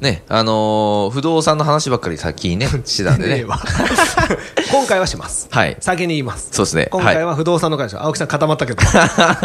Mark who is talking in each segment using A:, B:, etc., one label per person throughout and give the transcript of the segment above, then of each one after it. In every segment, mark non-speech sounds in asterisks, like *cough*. A: ね、あのー不動産の話ばっかり先
B: *laughs*
A: にね、してたんで
B: ねえ
A: ね。
B: わ今回はします。
A: はい
B: 先に言います。
A: そうですね
B: 今回は不動産の会でしょ。青木さん固まった
A: *laughs*
B: けど。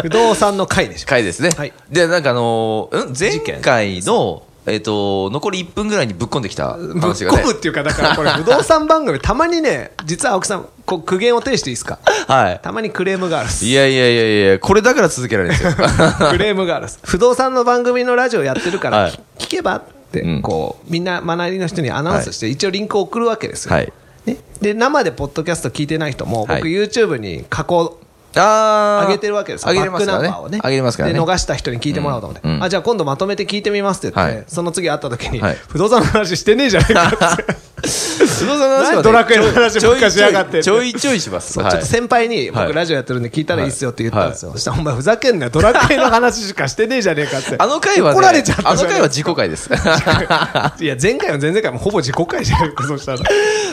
B: 不動産の会でしょ。
A: 回ですね。
B: はい
A: で、なんかあのーうん前
B: 事件
A: 回の、えっ、と、残り1分ぐらいにぶっこんできた
B: ぶっ
A: 話がね。
B: 込むっていうか、だからこれ不動産番組、たまにね、実は青木さん、こう苦言を呈していいですか
A: は
B: たまにクレームがあるっす
A: い。いやいやいやいや、これだから続けられるんですよ。
B: *laughs* クレームがあるっす不動産の番組のラジオやってるから、
A: はい
B: 聞聞けばって、
A: うん
B: こう、みんな、学びの人にアナウンスして、一応リンクを送るわけですよ。
A: はい
B: ね、で、生でポッドキャスト聞いてない人も、
A: はい
B: 僕 YouTube に加工、
A: あー
B: 上げてるわけですよ。
A: 上げれますから
B: バッ
A: ね
B: クナンバーをね。。
A: 上げれますからね。
B: で、逃した人に聞いてもらおうと思って。
A: うんうん
B: あ、じゃあ今度まとめて聞いてみますって言って、
A: はい
B: その次会った時に、
A: はい
B: 不動産の話してねえじゃないかって。
A: 不動産の話はね
B: 何ドラクエの話
A: ちょ
B: ば
A: い
B: っかしやがって
A: ちょいちょいちょいします。
B: *laughs* そう
A: はい
B: ちょっと先輩に、
A: はい
B: 僕ラジオやってるんで聞いたらいいっすよって言ったんですよ。そしたら、お前ふざけんなよ。ドラクエの話しかしてねえじゃねえかって。
A: あの回はね、
B: 怒られちゃった
A: あの回は
B: *laughs* じ
A: 自己回です。
B: ゃねえかいや、前回も前々回もほぼ自己回じゃないか、そしたら。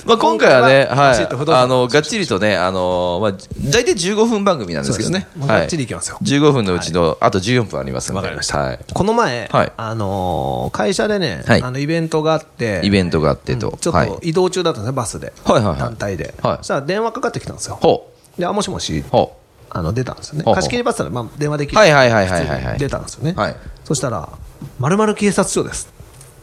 A: まあ、今回はね、は
B: きちっと不動
A: い、
B: 産
A: あの、がっちりとね、あの、まあ、大体15分番組なんですけどね
B: そうです。ねもう
A: はい
B: がっちりいきますよ
A: 15分のうちの、あと14分ありますので。
B: わかりました
A: はい。
B: *laughs* この前、
A: はい
B: あのー会社でね、
A: はい
B: あのイベントがあって、
A: イベントがあってと。
B: ちょ
A: は
B: っ
A: い
B: と移動中だったんですね、バスで。
A: はいはいはい
B: 単体で。
A: はい
B: そしたら電話かかってきたんですよ。
A: ほ
B: で、あ、もしもし
A: う。。ほ
B: あの、出たんですよね。
A: ほうほう
B: 貸し切りバスなら、まあ、電話でき
A: う。
B: る。
A: はいはいはいはいはい
B: 普
A: は
B: 通
A: い。
B: に出たんですよね。
A: はい。
B: そしたら、まるまる警察署です。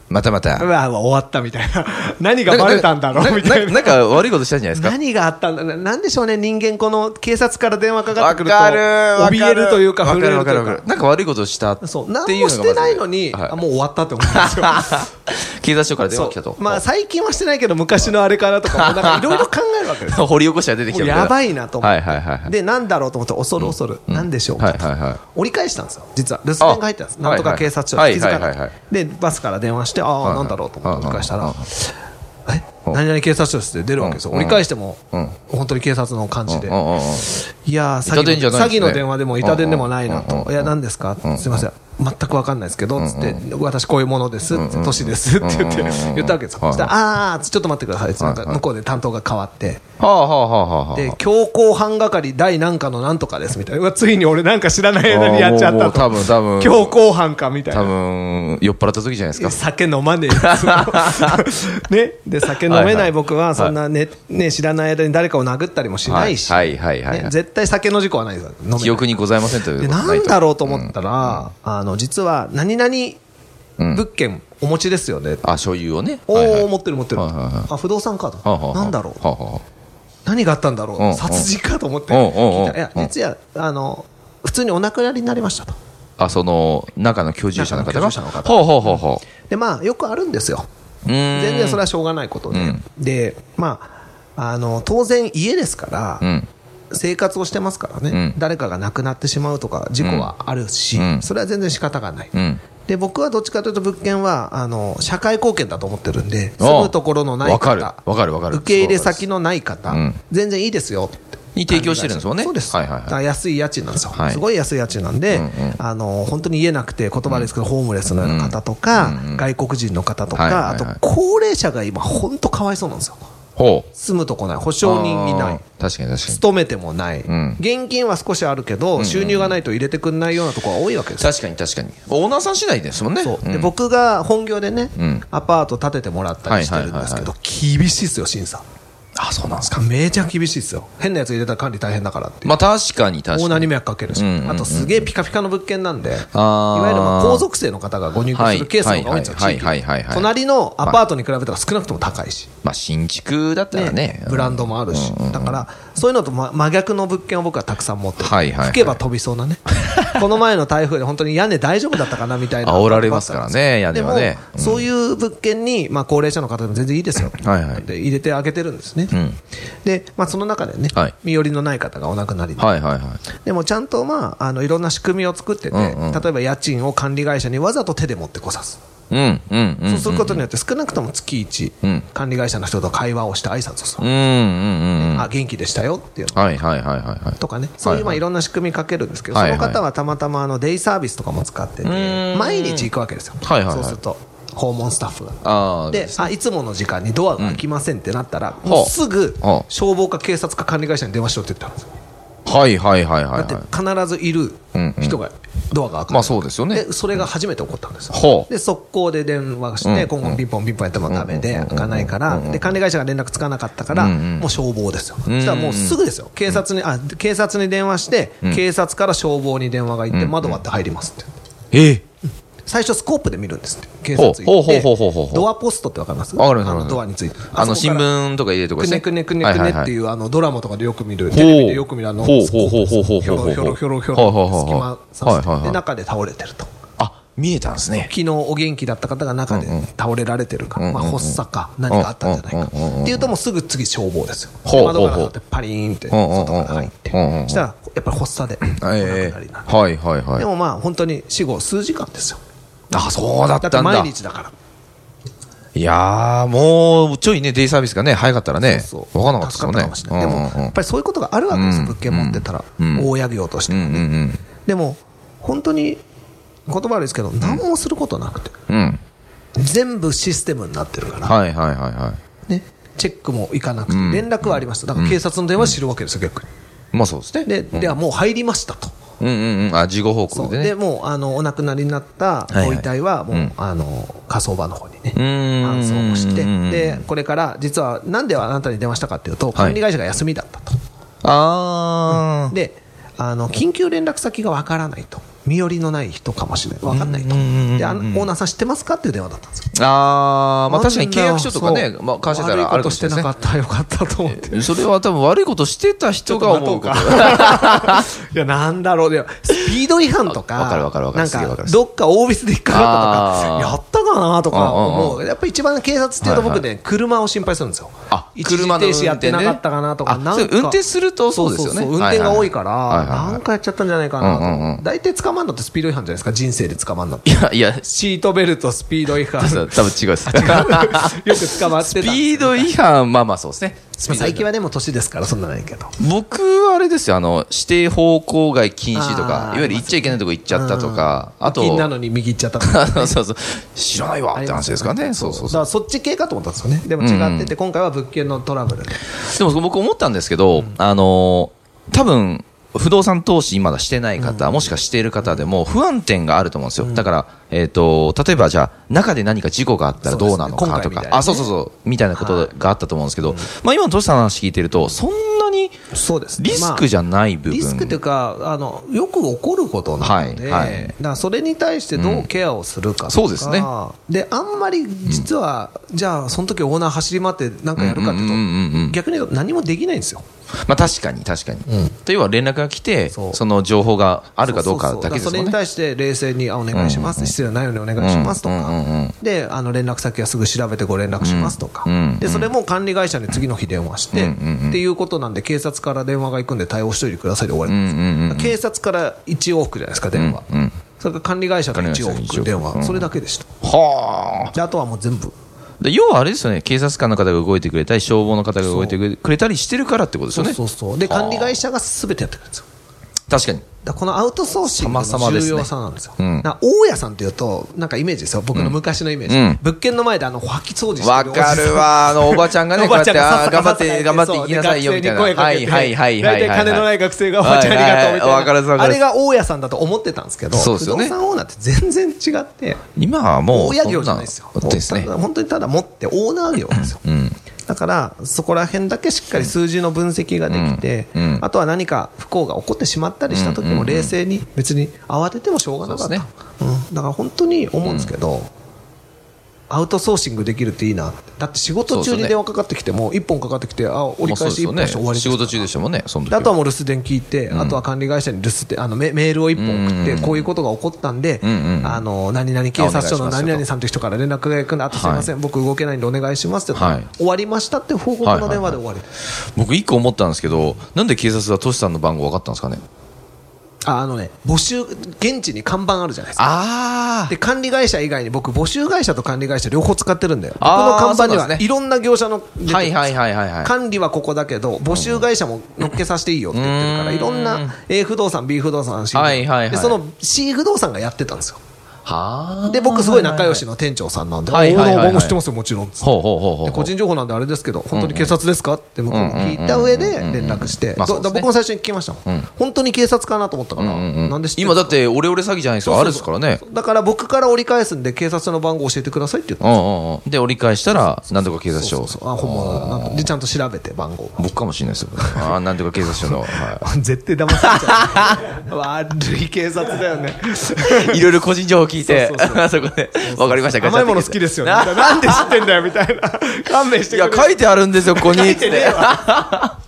A: またま
B: う
A: た。
B: わ、うわ終わったみたいな。 *laughs* 何がバレたんだろうみたい
A: な
B: な。
A: んか悪いことしたんじゃないですか。
B: 何があったんだななんでしょうね、人間、この警察から電話かかっ
A: わ
B: てくると、
A: かる。わか
B: 怯えるというか、
A: わ
B: 震
A: か
B: え
A: る
B: る
A: わ
B: と
A: か
B: い
A: る
B: う
A: わ
B: か
A: かる。なんか悪いことしたっていう
B: そう、
A: のがまず
B: 何
A: ね。
B: もしてないのに、
A: はい
B: あもう終わったって思うん
A: *laughs*
B: ですよ。
A: 警察署から電話来た
B: そ
A: と
B: う。まあ、
A: ほ
B: 最近はしてないけど、昔のあれかなとかも、なんかいろいろ考えるわけですよ
A: う掘り起こしが出てき
B: も
A: た
B: う
A: みたいな
B: やばいなと思
A: は
B: っ
A: いはいはいは
B: て、
A: い。
B: で、なんだろうと思って、恐る恐る、なんでしょう
A: は
B: か
A: いはいはい
B: と折り返したんですよ、実は、留守電が入ってたんです、
A: あ
B: なんとか警察署、
A: はい
B: 気
A: はい
B: づかな
A: はいはい
B: い
A: は
B: で、バスから電話して、あ
A: は
B: あ、
A: い
B: なんだろうと思って、折り返した
A: は
B: ら
A: いはい、
B: え何々警察署ですって出るわけですよ、
A: うん
B: 折り返しても
A: うん、
B: 本当に警察の感じで
A: うん、うんうんうん
B: いやー
A: 痛
B: 詐
A: 電
B: 欺
A: じゃ
B: の、
A: ない
B: 詐
A: ですね
B: 欺の電話でも、痛電でもないな
A: うんうんうんう
B: と、
A: ん
B: いや、何ですか、すみません。全く分かんないですけど、つって、私こういうものです、って都市ですって言って
A: うんうんうんうん、
B: 言ったわけですよ。そしたら、ああー、ちょっと待ってくださいって、なんか向こうで担当が変わって、
A: はあはあはあはあはあ。
B: で、強行犯係第何課のなんとかですみたいな。うわついに俺なんか知らない間にやっちゃったと。
A: あーもうもう多分多分
B: 強行犯かみたい
A: 多
B: な。
A: 分、酔っ払った時じゃないですか。
B: 酒飲まねえやつも
A: *laughs*
B: ね。で、酒飲め
A: はいは
B: ないい僕は、そんなね、ね、知らない間に誰かを殴ったりもしないし。
A: はいはいはいはいは
B: ね
A: い
B: 絶対酒の事故はないですよ。飲めない
A: 記憶にございませんという
B: で、
A: こと
B: な
A: ない
B: ん
A: と
B: だろうと思ったら、あの、実は、何々物件お持ちですよね。
A: あ、所有をね。
B: お
A: はいはい
B: おー、持ってる持ってる。
A: はいはいはい
B: あ、不動産カ
A: はあ
B: ード。
A: はあはあ
B: なんだろう。
A: はあは
B: 何があったんだろう、
A: うん
B: 殺人かと思って
A: うん
B: 聞いたら、いや
A: うん
B: 実はあの普通にお亡くなりになりましたと
A: ああ、その、中の居住者の方が。
B: 中の居住者の方
A: ほうほうほうほ
B: でまあよくあるんですよ
A: う。うーん。
B: 全然それはしょうがないことで、
A: うん
B: でまああの当然家ですから、
A: うん。
B: 生活をしてますからね、
A: うん
B: 誰かが亡くなってしまうとか事故はあるし、
A: うん
B: それは全然仕方がない、
A: うん。
B: で僕はどっちかというと物件はあの社会貢献だと思ってるんで
A: ああ
B: 住むところのない
A: わか
B: 方
A: るわかるわかる
B: 受け入れ先のない方、
A: うん
B: 全然いいですよって
A: に提供してるんですもんね。
B: そうです。
A: はいはい
B: だか
A: は
B: ら
A: い。
B: 安い家賃なんですよ。
A: はい
B: すごい安い家賃なんで、
A: うんうん
B: あの、本当に言えなくて言葉ですけど、ホームレスのような方とか、
A: うんうん
B: 外国人の方とか、
A: はいはいはい
B: あと高齢者が今、本当かわいそうなんですよ。
A: ほう。
B: 住むとこない、保証人いない。
A: あー。確かに確かに。
B: 勤めてもない、
A: ん
B: 現金は少しあるけど、収入がないと入れてくんないようなところが多いわけですよ。
A: 確かに確かに。オーナーさん次第ですもんね。
B: そうで
A: ん
B: 僕が本業でね、
A: ん
B: アパート建ててもらったりしてるんですけど、
A: は
B: 厳しいですよ、審査、
A: あ、そうなんですか。
B: めちゃ厳しいですよ、変なやつ入れたら管理大変だからっていう
A: まあ確かに確
B: オー
A: か
B: ナー
A: に。
B: に迷惑かけるし、
A: うんうんうん
B: あとすげえピカピカの物件なんで、いわ
A: あー
B: ゆるまあ皇族生の方がご入居するケースの方が多いんですよ、
A: はい
B: 地
A: はいはいはいはい
B: 域隣のアパートに比べたら少なくとも高いし、
A: まあ新築だったらね。
B: ブランドもあるし、だから、そういうのとま真逆の物件を僕はたくさん持ってる、
A: はいはいはい
B: 吹けば飛びそうなね、 *laughs* この前の台風で本当に屋根大丈夫だったかなみたいな、
A: 煽られますからね屋根はね
B: でも
A: うん
B: そういう物件に、まあ、高齢者の方でも全然いいですよ
A: はいはい
B: で入れてあげてるんですね。
A: うん
B: でまあ、その中でね、
A: はい
B: 身寄りのない方がお亡くなりになって
A: はいはいはい。
B: でもちゃんと、まあ、あのいろんな仕組みを作ってて、
A: うんうん
B: 例えば家賃を管理会社にわざと手で持ってこさす、
A: うんうんうん
B: そうすることによって少なくとも月一、
A: ん
B: 管理会社の人と会話をして挨拶をす
A: う
B: る、
A: んうんうんうん
B: あ元気でしたよっていうの
A: はいはいはいはいはい
B: とかねそういうま
A: はいは
B: あ
A: い
B: いろんな仕組みかけるんですけど、
A: はいはい
B: その方はたまたまあのデイサービスとかも使ってて、
A: ん
B: 毎日行くわけですよ、
A: はいはいはい
B: そうすると訪問スタッフが。
A: ああ
B: であいつもの時間にドアが開きませんってなったら、
A: ん
B: もうすぐ
A: はあ
B: 消防か警察か管理会社に電話しろって言ったんですよ
A: はいはいはいはいはい
B: だって必ずいる人がドアが開く、
A: まあそうですよね
B: でそれが初めて起こったんですよ、
A: ほう
B: で速攻で電話して、今後ピンポンピンポンやってもダメで、開かないから、で管理会社が連絡つかなかったから、もう消防ですよ、そしたらもうすぐですよ警察に、あ警察に電話して、警察から消防に電話が行って、窓割って入りますって
A: え
B: 最初スコープで見るんですって警察行って
A: ほうほうほうほうほうほう
B: ドアポストってわかります
A: わかります
B: あ
A: わかります
B: のドアについて
A: あの
B: そ
A: 新
B: こから
A: 聞とか入れるとこで
B: く
A: す
B: ね
A: ね
B: くねくねくねっていううあのドラマとかでよく見る
A: う
B: テレビでよく見るあの
A: ほう
B: スコープの
A: ほうほう
B: ひ
A: ほう
B: ょ
A: ほ
B: ろ
A: う
B: ひょろひょろひょ
A: ほうほうほ
B: ろ
A: う
B: 隙間させ
A: はいはいはい
B: てで中で倒れてると
A: あ見えたんですね
B: 昨日お元気だった方が中で倒れられてるか、まあ、発作か何かあったんじゃないか
A: うんうんうんうん
B: っていうともうすぐ次消防ですよ
A: ほう
B: 窓から
A: ほうほ
B: 取
A: う
B: ってパリーンって
A: うんうんうんうん
B: 外から入って
A: うんうんうん
B: したらやっぱり発作でお亡
A: え
B: くなりになる
A: えはいはいはい
B: でもまあ本当に死後数時間ですよ
A: あそうだったん
B: だ
A: だ
B: って毎日だから
A: いやーもうちょいねデイサービスがね早かったらね
B: そ
A: 分
B: う
A: からなかった
B: 助ったかも
A: です
B: し
A: よ
B: れない
A: ね
B: でも
A: うんうん
B: やっぱりそういうことがあるわけですよ
A: うん
B: 物件持ってたら
A: うん
B: 大家業として
A: うんうん
B: でも本当に言葉悪いですけど何もすることなくて
A: うんうん
B: 全部システムになってるから、
A: はいはいはいは
B: ね、チェックも行かなくて連絡はありましただから警察の電話知るわけですよ逆に
A: いまあそうですね
B: でではもう入りましたと。
A: うんうんうんあ事後報
B: そう
A: 告で
B: で
A: ね
B: もうあのお亡くなりになった
A: いはい
B: ご遺体はもう、
A: うん
B: あの火葬場の方にね
A: うーん
B: 搬送をして
A: うん
B: でこれから実はなんであなたに電話したかっていうと
A: はい
B: 管理会社が休みだったと、
A: あ
B: であの緊急連絡先がわからないと身寄りのない人かもしれないわかんないと
A: うんうんうんうん
B: であのオーナーさん知ってますかっていう電話だったんですよ
A: ーあーまあ確かに契約書とか
B: あん
A: ね
B: な
A: まあ交わしてたらあ
B: 悪
A: るか
B: いこと
A: も
B: し
A: してれない
B: な
A: ですね
B: かったよかったと思って
A: それは多分悪いことしてた人が思うこと
B: ちょっと *laughs* いや、なんだろう、でもスピード違反とか、
A: わわかるわかるわかるすげえ
B: な
A: わ
B: ん
A: か
B: か、
A: る
B: どっか大ビスで引っかかったと
A: あ
B: か、
A: ー
B: やったかなとか
A: うん
B: 思
A: う
B: う。やっぱり一番警察っていうと
A: はいは
B: 僕
A: い
B: ね、車を心配するんですよ。
A: あ
B: 一時停止やってなかったかなとか、
A: 車
B: な
A: の
B: ん
A: 運転ねあそ
B: か。
A: う運転するとそうですよね
B: そうそうそう運転が多いから、
A: はいはいはい
B: なんかやっちゃったんじゃないかなと
A: うんうん
B: 思
A: う
B: う。大体捕まんのってスピード違反じゃないですか、人生で捕まんのって。
A: いやいや
B: シートベルト、スピード違反。
A: 多
B: *laughs* よく
A: 分違うです *laughs*
B: 捕まっ
A: ス
B: てた。
A: ピード違反まあまあそうですねス
B: ま
A: ピード
B: あ
A: 違
B: 最近
A: 反
B: はでも年ですから、そんなのないけど。
A: 僕はあれですよあの指定方向外禁止と
B: あ
A: か
B: ー
A: いわゆる行っちゃいけないとこ行っちゃったとかあと
B: 金なのに右行っちゃったとか。
A: あの *laughs* そうそう知らないわって話ですからねそうそうそ
B: だか
A: う
B: らそっち系かと思ったんですよね。でも違ってて、今回は物件のトラブルで。
A: でも僕思ったんですけど、あのー多分不動産投資まだしてない方、もしかしている方でも不安定があると思うんですよ。だから、えっ、と、例えばじゃあ、中で何か事故があったらどうなのかと
B: そうですね今回み
A: か、
B: たいなね
A: あ、そうそうそう、みたいなことがあったと思うんですけど、まあ今のトシさんの話聞いてると、そんなに
B: そうですね
A: リスクじゃない部分。
B: リスクというか、あの、よく起こることなので、
A: はいはい
B: だからそれに対してどうケアをするかとか、
A: そうですね
B: で、あんまり実は、じゃあ、その時オーナー走り回って何かやるかってい
A: うんうんうん
B: うと、
A: うんうん
B: 逆に言うと何もできないんですよ。
A: まあ確かに確かに。というは連絡が来て、
B: そ
A: そうの情報があるかどうかだけですも
B: そうんそうそうだからそれに
A: ね。
B: 対して冷静に、あ、お願いします、失礼ないようにお願いしますとか、
A: うんうんうん
B: で、あの、連絡先はすぐ調べてご連絡しますとか、
A: うんうん
B: で、それも管理会社に次の日電話して、
A: うんうんうん
B: っていうことなんで、警察から電話が行くんで対応しといてくださいで終わりなんですよ、
A: うんうんうん
B: だから警察から1往復じゃないですか、電話。
A: うんうん
B: それから管理会社から1往
A: 管理会社
B: 復
A: に
B: 電話、
A: うん
B: それだけでした。
A: はあ。
B: で、あとはもう全部。
A: で要はあれですよね、警察官の方が動いてくれたり、消防の方が動いてくれたりしてるからってことです
B: そ
A: よ
B: う
A: ね。
B: そうそう。で、管理会社が全てやってくれるんですよ。
A: 確かに。
B: だからこのアウトソーシングの
A: 様々です
B: 重
A: ね
B: 要さなんですよ。
A: うん
B: だから大家さんっていうと、なんかイメージですよ、僕の昔のイメージ、
A: うん
B: 物件の前であの掃き掃除してる
A: わかるわ、あ *laughs* の、おばちゃんがね、
B: お
A: こう
B: ば
A: やっ
B: ちゃん
A: て、
B: が
A: あー頑張って、頑張って
B: 行
A: いきなさいよ、みたいな。
B: 声か
A: は
B: けて
A: いはいはいはいは
B: 大
A: い。
B: 体金のない学生がおばちゃんありがとうみたいな。
A: はははわかるわか
B: あれ
A: る。
B: が大家さんだと思ってたんですけど、
A: そうですよね
B: 不動産オーナーって全然違って、
A: 今はもう、
B: 大家業じゃないですよ。
A: そんなですね
B: た。だ本当にただ持ってオーナー業なんですよ。
A: うん。
B: だから、そこら辺だけしっかり数字の分析ができて、
A: うんうん
B: あとは何か不幸が起こってしまったりした時も冷静に、別に慌ててもしょうがなかった、
A: そうで
B: うんだから本当に思うんですけど、アウトソーシングできるっていいなってだって仕事中
A: そうです
B: に
A: ね
B: 電話かかってきても、1本かかってきて、あ折り
A: まあそう
B: 返
A: です
B: し1
A: よ
B: 本して終わ
A: ね。
B: りです
A: 仕
B: から
A: 事中でしたもんね、その時
B: で
A: は。
B: あとはもう留守電聞いて、あとは管理会社に留守電あのメメールを1本送って、
A: うん
B: こういうことが起こったんで、
A: うんうんうん
B: あの何々警察署の
A: お願いします
B: 何々さんという人から連絡が行くんで、あとすみません、僕、動けないんでお願いしますって言った
A: は
B: ら、
A: い
B: 終わりましたって報告の電話で終わり、
A: 僕、一個思ったんですけど、なんで警察はトシさんの番号分かったんですかね。
B: ああのね、募集、現地に看板あるじゃないですか。
A: あ
B: で、管理会社以外に僕、募集会社と管理会社両方使ってるんだよ。僕の
A: あー
B: 看板
A: そ
B: に
A: うなん
B: は
A: ですね
B: いろんな業者の出てるんです
A: あ。
B: よ、
A: はいはいはいはいはい。
B: 管理はここだけど、募集会社も乗っけさせていいよって言ってるから、いろんな A 不動産、B 不動産、C 不動産、
A: はいはいはい
B: でその C 不動産がやってたんですよ。
A: はあ。
B: で、僕、すごい仲良しの店長さんなんで、
A: はいはいはいはい
B: おー僕も知ってますよ、もちろん。
A: ほうほうほうほう。
B: で個人情報なんであれですけど、本当に警察ですかって向こうも聞いた上で連絡して、
A: まあそう
B: ど
A: ですね
B: 僕も最初に聞きましたもん、本当に警察かなと思ったから、なんで知ってる
A: 今だって、オレオレ詐欺じゃないですか。あれですからね。
B: だから僕から折り返すんで、警察の番号教えてくださいって言っ
A: う
B: た
A: んうんうん。で、折り返したら、なんとか警察
B: そ
A: 署
B: う。そうあ本物だなとで、ちゃんと調べて、番号。
A: 僕かもしれないですよ。ああ、なんとか警察署 *laughs* の。は
B: *laughs* 絶対騙されちゃう *laughs* 悪い警察だよ
A: *laughs*
B: ね
A: いいろいろ個人情報聞いて
B: そうそう、
A: あそこで、わかりました
B: 甘いもの好きですよねみたいななんで知ってんだよみたい
A: *laughs*
B: な勘弁し
A: い
B: てくれ
A: や、書いてあるんですよ、ここに。つ
B: *laughs*
A: って
B: だか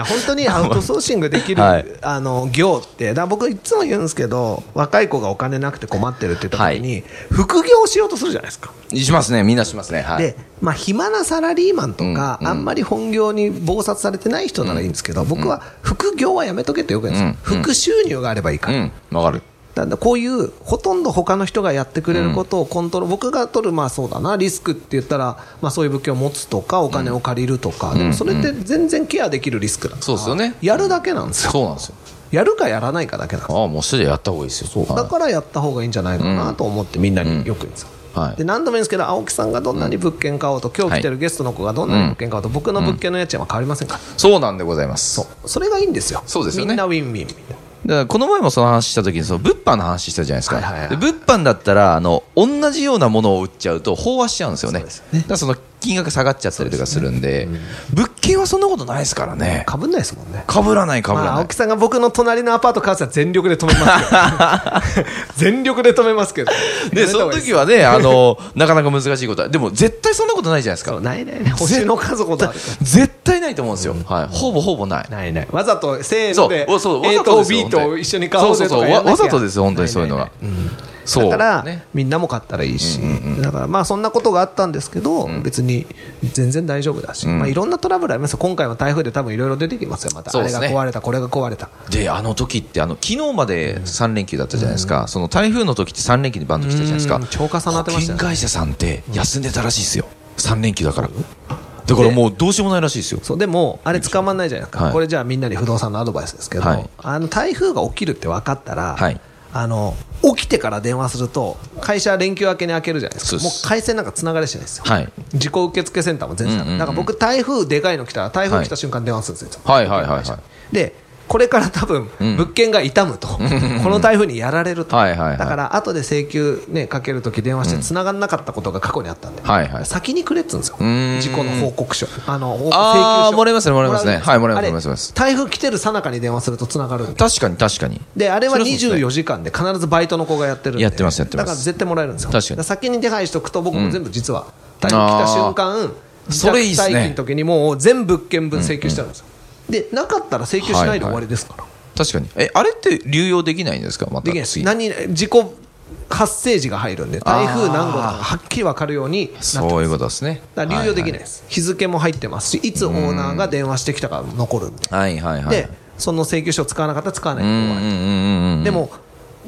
B: ら本当にアウトソーシングできる、
A: はい
B: あの業って、だから僕、いつも言うんですけど、若い子がお金なくて困ってるって言った時に、
A: は
B: 副業をしようとするじゃないですか。
A: しますね、みんなしますね。はい。
B: で、まあ、暇なサラリーマンとか、
A: うんうん
B: あんまり本業に忙殺されてない人ならいいんですけど、僕は副業はやめとけってよく言うんですよ、
A: うんうん
B: 副収入があればいいから。
A: うん、わかる。
B: だからこういうほとんど他の人がやってくれることをコントロール、僕が取るまあそうだなリスクって言ったら、まあ、そういう物件を持つとかお金を借りるとか、でもそれって全然ケアできるリスクだから
A: そうですよね
B: やるだけなんですよ
A: そうなんですよ。
B: やるかやらないかだけなんですよ
A: ああ、もうすでにやった方がいいですよ。そう
B: だからやった方がいいんじゃないかなと思ってみんなによく言うんですよ、
A: はい
B: で何度も言うんですけど青木さんがどんなに物件買おうと今日来てるゲストの子がどんなに物件買おうと僕の物件の家賃は変わりませんから、
A: そうなんでございます。そう。
B: それがいいんですよ
A: そうですよね
B: みんなウィンウィンみたいな
A: だからこの前もその話した時にその物販の話したじゃないですか、
B: はいはいはい
A: で物販だったらあの同じようなものを売っちゃうと飽和しちゃうんですよね
B: うです
A: だからその金額下がっちゃったりとかするんで物件はそんなことないですからね
B: かぶんないですもんね
A: かぶらないかぶら
B: まあ、
A: ない
B: 青木さんが僕の隣のアパート買うやつは全力で止めます
A: *laughs*
B: けど全力で止めますけど
A: でその時
B: は
A: はねあのなかなか難しいことはでも絶対そんなことないじゃないですか
B: ないないない星の数ほどあるか
A: 絶対ないと思うんですよ、はい、ほぼほぼない
B: らないないわざとせー
A: そ
B: の
A: う
B: で
A: おそうわ
B: A
A: ざと
B: と
A: ですよ
B: B
A: 本当に
B: と一緒に買おうぜと
A: そうそ
B: か
A: うそう
B: やんな
A: わ
B: きゃ
A: わざとですよ本当にそういうのがそう
B: だから、
A: ね
B: みんなも買ったらいいし、だからまあそんなことがあったんですけど、別に全然大丈夫だし、まあいろんなトラブルありますよ今回は台風で多分いろいろ出てきますよまた、
A: そう
B: あ
A: で
B: れ
A: す
B: が
A: ね
B: 壊れたこれが壊れた
A: であの時ってあの昨日まで3連休だったじゃないですか、その台風の時って3連休にバンド来たじゃないですか、
B: うん超重なってましたね
A: 保険会社さんって休んでたらしいですよ3連休だからだからもうどうしようもないらしいですよ
B: そうでも、あれ捕まんないじゃないですか、
A: はい
B: これじゃあみんなに不動産のアドバイスですけど、
A: はい
B: あの台風が起きるって分かったら、
A: はい
B: あの起きてから電話すると、会社は連休明けに開けるじゃないです
A: そう
B: か、
A: で
B: もう
A: す
B: 回線なんかつながりしないですよ、
A: はい
B: 自己受付センターも全
A: う
B: 然、
A: んうんうん
B: だから僕、台風でかいの来たら、台風来
A: は
B: た
A: い
B: 瞬間電話するんですよ、
A: はいはいはいはい
B: でこれから多分
A: ん
B: 物件が傷むと、この台風にやられると、
A: はいはいはい
B: だから後で請求、ね、かけるとき電話して繋がんなかったことが過去にあったんで、
A: はいはい
B: 先にくれっつうんですよ、
A: ーん
B: 事故の報告書、あの請求書
A: あーもらえますねもらえますねはいもらえます
B: あ
A: もらえますもらえます
B: 台風来てる最中に電話すると繋がるんで。
A: 確かに確かに
B: であれは
A: そりゃそうです
B: 24
A: ね
B: 時間で必ずバイトの子がやってるんで
A: やってますやってます
B: だから絶対もらえるんですよ
A: 確かに
B: だら先に手配しておくと僕も全部実は台風来た瞬間
A: それいいっすね
B: 自宅待機の時にもう全物件分請求してあるんですよ、でなかったら請求しないで終わりですから、
A: 確かにえあれって流用できないんですかまた
B: できないです
A: 次
B: 何自己発生時が入るんで台風何号だかはっきり分かるようになってます
A: そういうことですね
B: だから流用できない
A: い
B: です、日付も入ってますしいつオーナーが電話してきたかも残るんで、
A: はいはいはい
B: でその請求書を使わなかったら使わないで
A: うん
B: 終
A: うん
B: わり、
A: うんうん
B: でも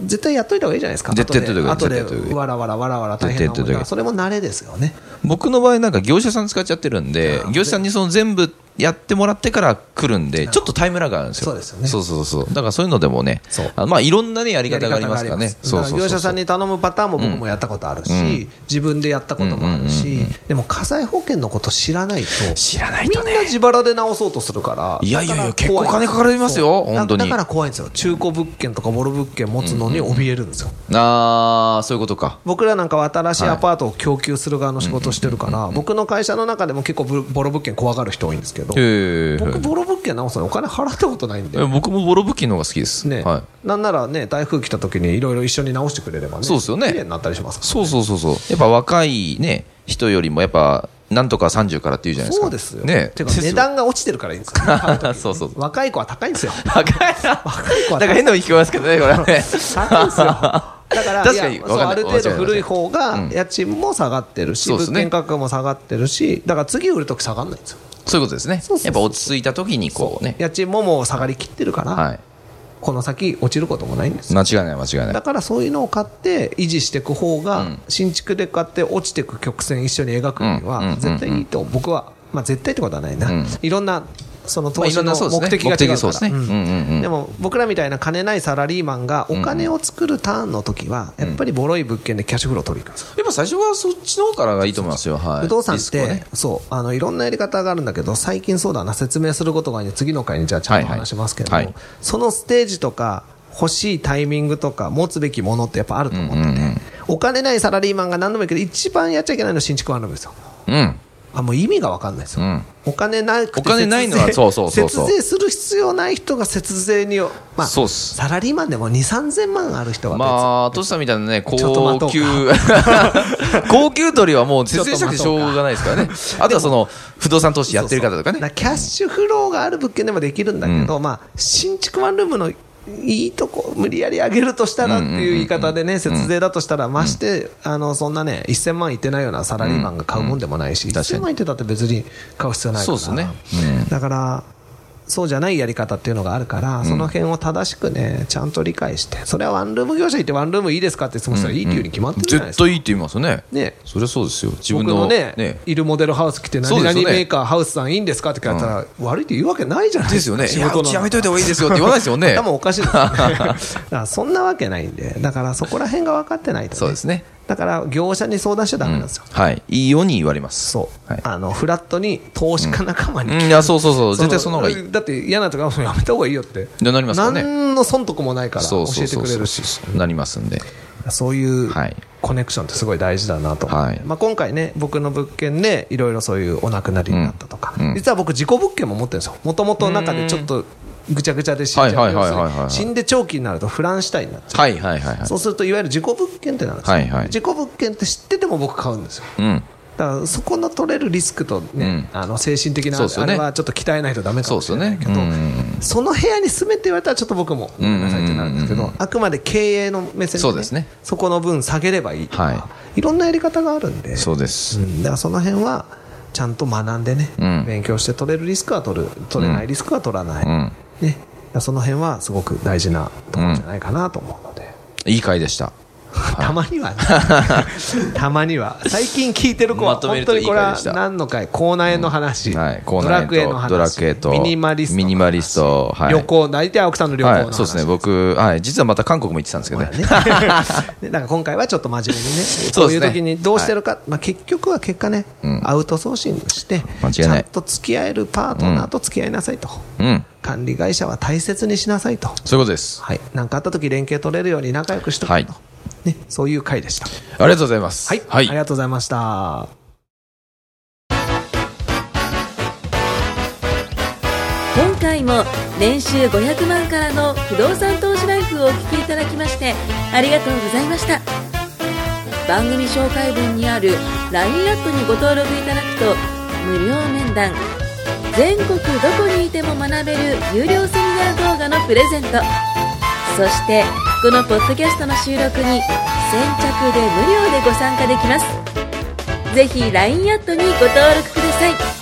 B: 絶対やっといた方がいいじゃないですか
A: 絶対やっといた方がいい
B: 後で
A: 絶対やっといた方がいい
B: わらわらわらわら大変な思い
A: 絶対やっといた方がいい
B: だからそれも慣れですよね
A: 僕の場合なんか業者さん使っちゃってるんで業者さんにその全部やってもらってから来るんでちょっとタイムラグあるんですよ
B: そうですよね
A: そうそうそうだからそういうのでもね
B: そう
A: あまあいろんなねやり方がありますからね
B: やり方
A: そ
B: が
A: う
B: あります
A: そうそう
B: だから業者さんに頼むパターンも僕もやったことあるし、自分でやったこともあるし、でも火災保険のこと知らないと
A: 知らないと
B: みんな
A: ね
B: 自腹で直そうとするから
A: いやいやいや
B: だら怖い
A: 結構金かかりますよ
B: そう
A: 本当に
B: だだから怖いんですよ中古物件とかボロ物件持つのに怯えるんですよ、
A: ああそういうことか
B: 僕らなんかは新しいアパートを供給する側の仕事をしてるから、僕の会社の中でも結構ボボロ物件怖がる人多いんですけど、
A: へ
B: 僕、
A: ー
B: ボロ物件直すのにお金払ったことないんで、
A: え僕もボロブキの方が好きです
B: ね
A: はい
B: なんならね、台風来た時にいろいろ一緒に直してくれればね、
A: そうですよね
B: 綺麗になったりしますから
A: そうそうそうそうやっぱ若いね人よりもやっぱなんとか30からっていうじゃないですか
B: そうですよ、
A: ね
B: てか値段が落ちてるからいいんです
A: *laughs*
B: よ
A: そうそうそう
B: 若い子は高いんですよ、
A: 高いな
B: 若い子
A: な
B: は
A: んか
B: 高い
A: 変なの聞こえますけどねこれはね
B: 高いんですよ。だから
A: 確かに
B: いや
A: わ
B: そう
A: かんない
B: ある程度
A: 間違いない
B: 古い方が
A: ん
B: 家賃も下がってるし、
A: そうです
B: 物
A: ね
B: 件価格も下がってるし、だから次売るとき下がらないんですよ。
A: *laughs* そういうことですね
B: そうそうそう
A: やっぱ落ち着いた時にこうね
B: 家賃ももう下がりきってるから、
A: はい
B: この先落ちることもないんですよ
A: 間違いない間違いない
B: だからそういうのを買って維持していく方が、新築で買って落ちていく曲線一緒に描くに
A: うんうんうんう
B: は
A: ん
B: 絶対いいと僕は、まあ、絶対ってことはないな、
A: うん
B: いろんなその投資の
A: まあいろんなそうですね
B: 目的が違う
A: 目的そう
B: か
A: ですね
B: らうん
A: うんうんうん
B: でも僕らみたいな金ないサラリーマンがお金を作るターンの時はやっぱりボロい物件でキャッシュフロー取りに行くんですよ
A: やっぱ最初はそっちの方からがいいと思いますよ。はい。
B: 不動産っ
A: リスクを
B: て、
A: ね
B: そうあのいろんなやり方があるんだけど最近そうだな説明することがいいんで次の回にじゃあちゃ
A: は
B: んと
A: いはい
B: 話しますけど、
A: はい
B: そのステージとか欲しいタイミングとか持つべきものってやっぱあると思ってて、
A: うんうんうん
B: お金ないサラリーマンが何度も言うけど一番やっちゃいけないのは新築はあるんですよ
A: うん。
B: あもう意味が分かんないですよ、
A: うん
B: お金なくて
A: お金ないのは
B: 節税
A: そうそうそうそう
B: 節税する必要ない人が節税に、まあ、
A: そうっす
B: サラリーマンでも2 3 0 0 0万ある人は別、
A: まあ、トシさんみたいなね、高
B: ちょっと待とう
A: 級、高級 *laughs* 取りはもう節制したくてし
B: ちょ
A: ょ
B: っ
A: う
B: と待とうか
A: がないですからね。あとはその、不動産投資やってる方とか
B: そうそうだ
A: ね。
B: キャッシュフローがある物件でもできるんだけど、まあ、新築ワンルームのいいとこ、無理やり上げるとしたらっていう言い方でね、節税だとしたら、まして、あの、そんなね、1000万いってないようなサラリーマンが買うもんでもないし、
A: 確かに
B: 1000万いってたって別に買う必要ないから。
A: そうです
B: だから、そうじゃないやり方っていうのがあるから、その辺を正しくね、ちゃんと理解して、それはワンルーム業者行ってワンルームいいですかって質問したらいいっていうに決まってるじゃないで
A: 絶
B: すか。
A: 対いいって言いますよね。
B: ね
A: そりゃそうですよ。自分
B: 僕
A: の
B: のね
A: ね。
B: いるモデルハウス来て、
A: そう
B: 何
A: ですよ
B: 々
A: ね
B: メーカーハウスさんいいんですかって聞かれたら、悪いって言うわけないじゃない
A: で
B: ですす
A: よ
B: か、
A: ね。いや、うちやめとい
B: て
A: た方がいいですよって言わないですよね。
B: 頭おかしいで
A: *laughs*
B: すよねだからそんなわけないんで、だからそこら辺が分かってないと、
A: そうですね。
B: だから業者に相談しちゃだめなんですよ、
A: はい。いいように言われます。
B: そう、
A: はい。
B: あのフラットに投資家仲間に、
A: うん、いや、そうそうそう。絶対その方がいい。
B: だって嫌なとか、やめた方がいいよって、
A: でなりますよね
B: 何の損得もないから
A: そ
B: 教
A: うそ
B: え
A: う
B: て
A: そう
B: くれるし。
A: そう。なりますんで。
B: そういう
A: はい
B: コネクションってすごい大事だなと、
A: はい
B: まあ、今回ね、僕の物件でいろいろそういうお亡くなりになったとか、
A: うんうん
B: 実は僕、自己物件も持ってるんですよ、もともと中でちょっとぐちゃぐちゃで死んじゃ
A: は
B: う
A: い
B: 要
A: はいはい
B: す
A: はいはい
B: るに死んで長期になると、フラン死体になっちゃ
A: はいはいはいは
B: う、
A: い
B: そうするといわゆる自己物件ってなるんですよ、
A: はいはい
B: 自己物件って知ってても僕、買うんですよ。。
A: うん。
B: だからそこの取れるリスクと、ねあの精神的な
A: そうですよ
B: あ
A: ね
B: れはちょっと鍛えないとだめか
A: そう
B: も
A: で
B: し
A: すよ
B: れない
A: ね
B: け。
A: う
B: ど、
A: ん。
B: その部屋に住めって言われたらちょっと僕もごめんなさいってなるんですけ
A: うんうん
B: どあくまで経営の目線で,、
A: そうですね
B: そこの分下げればいいとか、、
A: はい
B: ろんなやり方があるんで
A: そうです
B: う。んだからその辺はちゃんと学んでね、
A: うん
B: 勉強して取れるリスクは取る取れないリスクは取らない、
A: うん
B: ね、だからその辺はすごく大事なところじゃないかなと思うので。
A: いい回でした。
B: *laughs* たまに
A: *laughs*
B: はね、たまには最近聞いてる子は
A: まとめ
B: 本
A: ると
B: 当
A: いい
B: にこれ
A: 回
B: は
A: でした
B: 何の回口内炎の話、
A: はい、コー
B: ド
A: ナ
B: ラ
A: ー
B: クエの
A: と
B: 話
A: ドラクエと
B: ミニマリストの話
A: ミニマリストはい、
B: 旅行大体奥さんの旅行の話、
A: はい、そう *laughs* ですね僕、はい、実はまた韓国も行ってたんですけどね
B: ねでなんか今回はちょっと真面目にね、
A: う
B: こう
A: で
B: い
A: すね
B: う時にどうしてるか、まあ結局は結果ね、
A: ん
B: アウトソーシングして、
A: 間違
B: ち
A: いな
B: ゃ
A: い
B: んと付き合えるパートナーと付き合いなさいと、
A: うん
B: 管理会社は大切にしなさいと、
A: そういうことですあ
B: はい、なんかあった時連携取れるように仲良くしておくと、
A: はい
B: ね、そういう回でした。
A: りがとうございます
B: はい、ありがとうございました。
C: 今回も年収500万からの不動産投資ライフをお聞きいただきましてありがとうございました番組紹介文にある LINE アップにご登録いただくと無料面談全国どこにいても学べる有料セミナー動画のプレゼントそしてこのポッドキャストの収録に先着で無料でご参加できますぜひ LINE アットにご登録ください